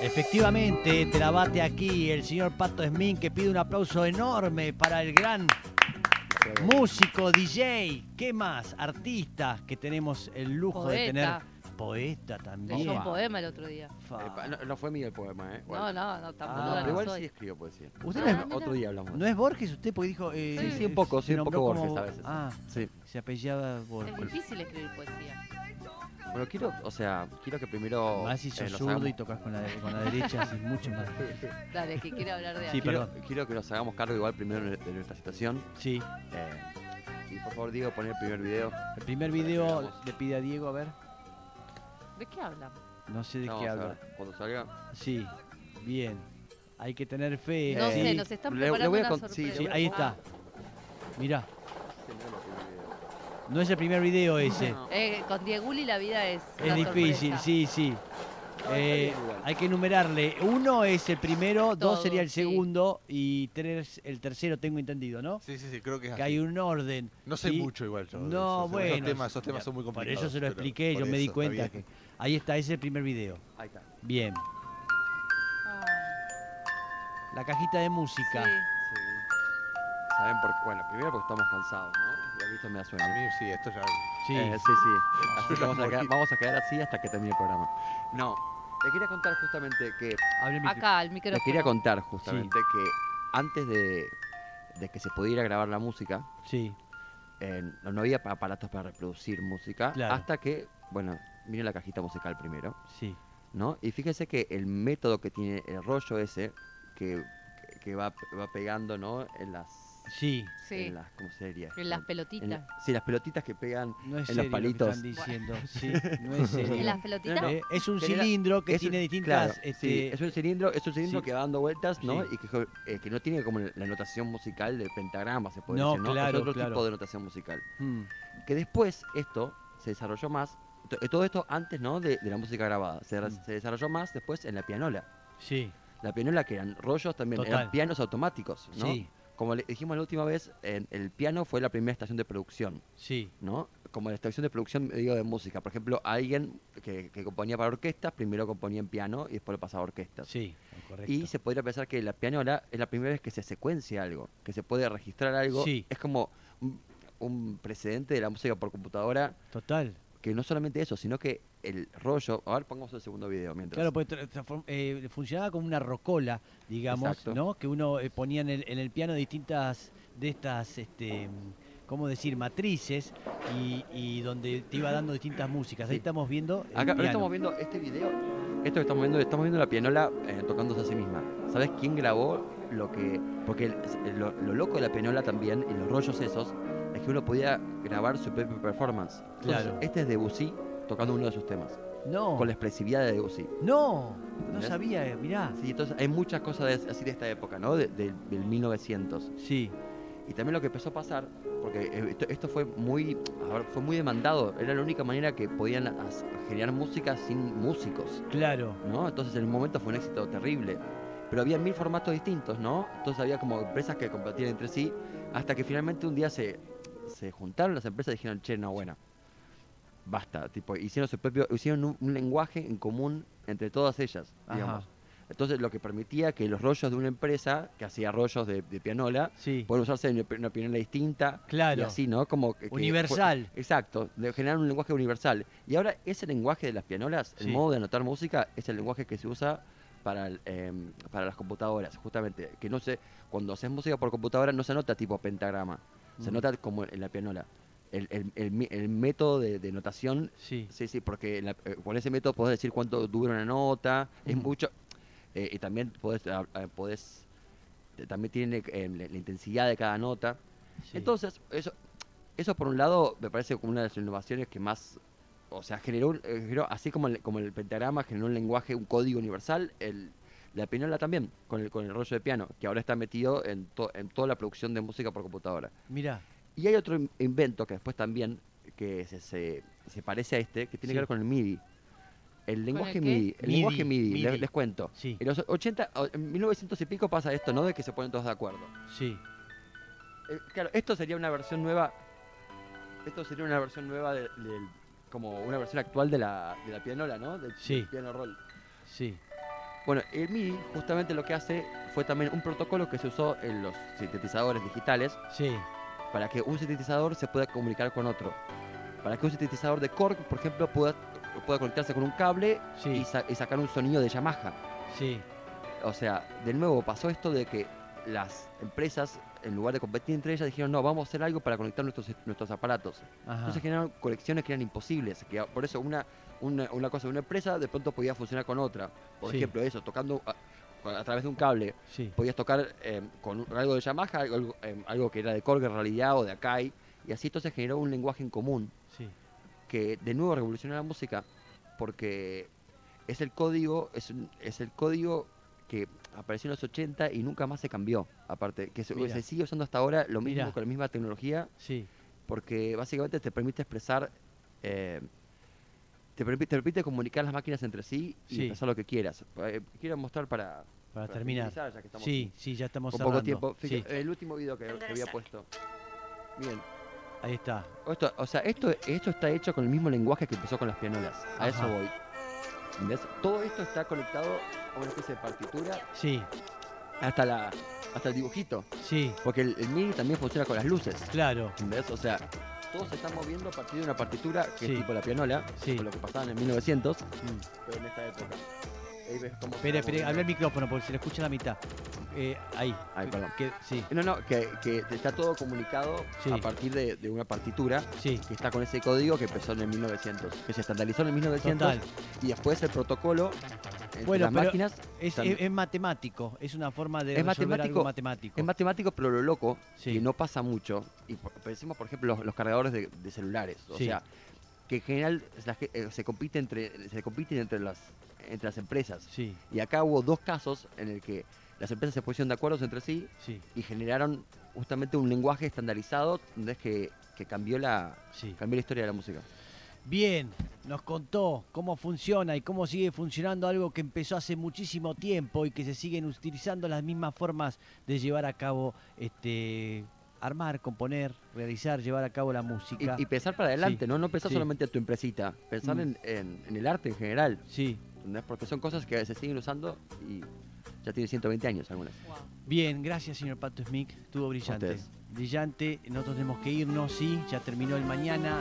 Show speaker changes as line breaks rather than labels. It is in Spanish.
Efectivamente, te la bate aquí el señor Pato Esmin, que pide un aplauso enorme para el gran músico, DJ, ¿qué más? Artista que tenemos el lujo de
Poeta.
tener. Poeta
Leí
también.
un poema el otro día.
Fa.
Epa, no, no fue mío el poema, ¿eh?
No, no, no, tampoco
Ah,
Pero
no
igual
soy.
sí escribo poesía.
¿Usted
Ah,
no,
mira.
es,
Otro día hablamos.
no es Borges usted? Porque dijo... eh,
Sí, sí, un poco,
se
sí, un
nombró
poco
como-
Borges a veces.
Ah,
Sí.
se apellaba
Es
Borges.
difícil escribir poesía.
Bueno, quiero, o sea, quiero que primero.
Más si sos
eh, nos
zurdo
hagamos-
y tocas con la, con la derecha, así mucho más.
Dale, que quiere hablar de
Sí,
algo.
quiero,
perdón.
quiero que nos hagamos cargo igual primero de de nuestra situación.
Sí,
eh, y por favor, Diego, poner el primer video.
el primer
Para que
video
veamos.
le pide a Diego, a ver.
¿De qué habla?
No sé de
Vamos
qué
a
habla.
ver, Cuando salga.
Sí, bien. Hay que tener fe.
No
Eh,
sí.
sé, nos están
le- le
preparando
voy a
una
con- sí,
sorpresa.
Sí, ahí está. Mirá,
Tenemos el primer video.
no es el primer video ese.
No.
Ah, eh, con Dieguli la vida es
Es
una
difícil,
sorpresa.
sí, sí. Eh,
bien igual.
hay que enumerarle. Uno es el primero, dos
Todo,
sería el
sí.
segundo y tres el tercero, tengo entendido, ¿no?
Sí, sí, sí, creo que es
Que
así.
hay un orden.
No sé
y-
mucho igual yo. de
No,
eso, pero
bueno.
Esos temas, esos temas son muy
por
complicados.
eso se lo
pero
expliqué, yo
por
me di
eso,
cuenta
está
que
bien.
ahí está, ese es el primer video.
Ahí está.
Bien.
Ah,
La cajita de música.
Sí. Saben por Bueno, primero porque estamos cansados, ¿no? Y a mí esto me da sueño.
A mí sí, esto ya.
Sí.
Eh, sí, sí. Así que
Suena
vamos, a
un
quedar,
poquito.
vamos a quedar así hasta que termine el programa. No, les quería contar justamente que.
Hable
sí.
mi-
Acá, al micrófono.
Les quería contar justamente que antes de, de que se pudiera grabar la música,
Sí.
eh, no, no había aparatos para reproducir música.
Claro.
Hasta que, bueno, miren la cajita musical primero,
Sí.
¿no? Y fíjense que el método que tiene el rollo ese, que, que va, va pegando, ¿no? En las.
Sí.
Sí,
En las ¿Cómo se diría?
en las
En
pelotitas.
la- sí, las pelotitas que pegan.
No es
En los
serio lo que
palitos.
están diciendo. Sí, no es serio.
En las
No,
pelotitas.
no,
Eh, es un
Genera-
cilindro que
es un-
tiene distintas.
claro,
este,
sí, es un cilindro, es un cilindro
sí.
que va dando vueltas, ¿no?
Sí.
Y que, jo- eh, que no tiene como la notación musical del pentagrama, se puede
No,
decir, ¿no? Es
claro,
otro
claro.
tipo de notación musical.
mm,
Que después esto se desarrolló más, to- eh, todo esto antes, ¿no? De, de la música grabada. Se, re-
Mm.
se desarrolló más después en la pianola.
sí,
La pianola que eran rollos también,
Total.
eran pianos automáticos, ¿no?
sí,
Como le dijimos la última vez, en- el piano fue la primera estación de producción,
sí,
¿no? Como la estación de producción, digo, de música. Por ejemplo, alguien que, que componía para orquestas, primero componía en piano y después lo pasaba a orquestas.
sí, correcto.
Y se podría pensar que la pianola es la primera vez que se secuencia algo, que se puede registrar algo.
Sí.
Es como un, un precedente de la música por computadora,
Total.
que no solamente eso, sino que el rollo. A ver, pongamos el segundo video mientras.
Claro, pues tra- transform- eh, funcionaba como una rocola, digamos,
Exacto.
¿no? Que uno eh, ponía en el, en el piano distintas de estas, este, mm, ¿cómo decir? Matrices y, y donde te iba dando distintas músicas. Ahí
Sí.
estamos viendo. el
Acá ahora
piano.
estamos viendo este video. Esto que estamos viendo, estamos viendo la pianola eh, tocándose a sí misma. ¿Sabes quién grabó lo que.? Porque el- lo, lo loco de la pianola también, y los rollos esos, es que uno podía grabar su propia performance. Entonces,
Claro. Oh.
Este es Debussy tocando uno de sus temas,
No,
con la expresividad de Debussy.
no, no
¿Entendés?
sabía, eh, mirá.
Sí, entonces hay muchas cosas de- así de esta época, ¿no? De- de- del 1900.
Sí,
Y también lo que empezó a pasar, porque eh, esto, esto fue muy a ver, fue muy demandado, era la única manera que podían as- generar música sin músicos,
claro.
¿no? Entonces en el momento fue un éxito terrible. Pero había mil formatos distintos, ¿no? Entonces había como empresas que competían entre sí, hasta que finalmente un día se, se juntaron las empresas y dijeron, che, no, bueno, basta. Tipo, hicieron su propio, hicieron un, un lenguaje en común entre todas ellas,
Ajá.
digamos. Entonces lo que permitía que los rollos de una empresa que hacía rollos de, de pianola
Sí,
puedan usarse en una pianola distinta Pues, y
claro.
así, ¿no? Como que- que
Universal.
fue- exacto, de generar un lenguaje universal. Y ahora ese lenguaje de las pianolas, el
Sí.
modo de anotar música, es el lenguaje que se usa para, el, em, para las computadoras, justamente. Que no sé, cuando haces música por computadora no se anota tipo pentagrama, se
Mm.
anota como en la pianola. El, el- el mi- el método de, de notación
Sí,
Sí, sí, porque en la- eh, con ese método podés decir cuánto dura una nota, es
Ujú.
mucho. eh, y también podés, ah, ah, podés- eh, también tiene eh, la, la intensidad de cada nota.
sí.
Entonces, eso, eso por un lado me parece como una de las innovaciones que más, o sea, generó, un- eh, generó- así como el, como el pentagrama generó un lenguaje, un código universal, el, la pinola también, con el, con el rollo de piano, que ahora está metido en, to- en toda la producción de música por computadora.
Mirá,
Y hay otro in- invento que después también, que se, se- se parece a este, que tiene
Sí.
que ver con el MIDI. El lenguaje
qué?
MIDI. El
MIDI,
lenguaje MIDI, le-
MIDI.
Les, cuento.
sí,
En los 80, o- en 1900 y pico pasa esto, ¿no? De que se ponen todos de acuerdo.
sí.
Eh, claro, esto sería una versión nueva. Esto sería una versión nueva de- del- como una versión actual de la, de la pianola, ¿no? Del,
Sí.
del piano roll.
Sí,
Bueno, el MIDI justamente lo que hace fue también un protocolo que se usó en los sintetizadores digitales
Sí.
para que un sintetizador se pueda comunicar con otro. Para que un sintetizador de Korg, por ejemplo, pueda, pueda conectarse con un cable y,
Sí,
sa- y sacar un sonido de Yamaha.
sí.
O sea, de nuevo pasó esto de que las empresas, en lugar de competir entre ellas, dijeron, no, vamos a hacer algo para conectar nuestros, nuestros aparatos.
Ajá.
Entonces generaron conexiones que eran imposibles. Que, a- por eso una, una, una cosa de una empresa de pronto podía funcionar con otra. Por
Sí.
ejemplo, eso, tocando ah, a, a través de un cable,
Sí.
podías tocar eh, con un- algo de Yamaha, algo, em, algo que era de Korg en realidad o de Akai. Y así entonces generó un lenguaje en común
Sí.
que de nuevo revolucionó la música porque es el código es, un- es el código que apareció en los 80 y nunca más se cambió aparte que se,
Mira.
se sigue usando hasta ahora lo mismo
Mira.
con la misma tecnología
Sí.
porque básicamente te permite expresar eh, te, permite, te permite comunicar las máquinas entre sí y
Sí.
expresar lo que quieras Eh, quiero mostrar para,
Para terminar.
finalizar, ya que estamos
Sí, sí, ya estamos
con
cerrando.
poco tiempo Fíjate,
Sí,
el último video que, que había puesto bien
ahí está.
esto, o sea, esto, esto está hecho con el mismo lenguaje que empezó con las pianolas. A eso
Ajá.
voy. ¿Entendés? Todo esto está conectado a una especie de partitura
Sí,
hasta, la, hasta el dibujito.
sí,
Porque el, el MIDI también funciona con las luces.
claro.
¿Entendés? O sea, todo se está moviendo a partir de una partitura que
Sí.
es tipo la pianola,
Sí.
con lo que pasaba en el 1900, pero en esta época. Ahí ves cómo se
Espera,
está
espera, habla el
moviendo.
micrófono porque se le escucha la mitad. Eh, ahí.
Ay, perdón.
Que- sí,
No, no, que, que está todo comunicado
Sí.
a partir de, de una partitura
sí,
que está con ese código que empezó en el 1900, que se estandarizó en el 1900
total.
y después el protocolo entre
Bueno,
las
pero
máquinas
Es,
también.
es- es matemático, es una forma de
Es
resolver algo
matemático,
matemático.
es matemático pero lo loco
Sí.
que no pasa mucho y por- pensemos por ejemplo los, los cargadores de, de celulares o
Sí.
sea que en general las que- eh, se compite entre se compiten entre las entre las empresas
sí,
y acá hubo dos casos en el que las empresas se pusieron de acuerdo entre sí
sí,
y generaron justamente un lenguaje estandarizado ¿entendés? que, que cambió la
sí.
cambió la historia de la música
Bien, nos contó cómo funciona y cómo sigue funcionando algo que empezó hace muchísimo tiempo y que se siguen utilizando las mismas formas de llevar a cabo, este, armar, componer, realizar, llevar a cabo la
y,
música.
y pensar para adelante
Sí.
no no pensar
Sí.
solamente en tu empresita pensar
Mm.
en- en- en el arte en general
Sí,
¿entendés? Porque son cosas que se siguen usando y ya tienen 120 años algunas.
Wow.
bien, gracias señor Pato Smic, estuvo brillante.
ustedes.
Brillante, nosotros tenemos que irnos, sí, ya terminó el mañana,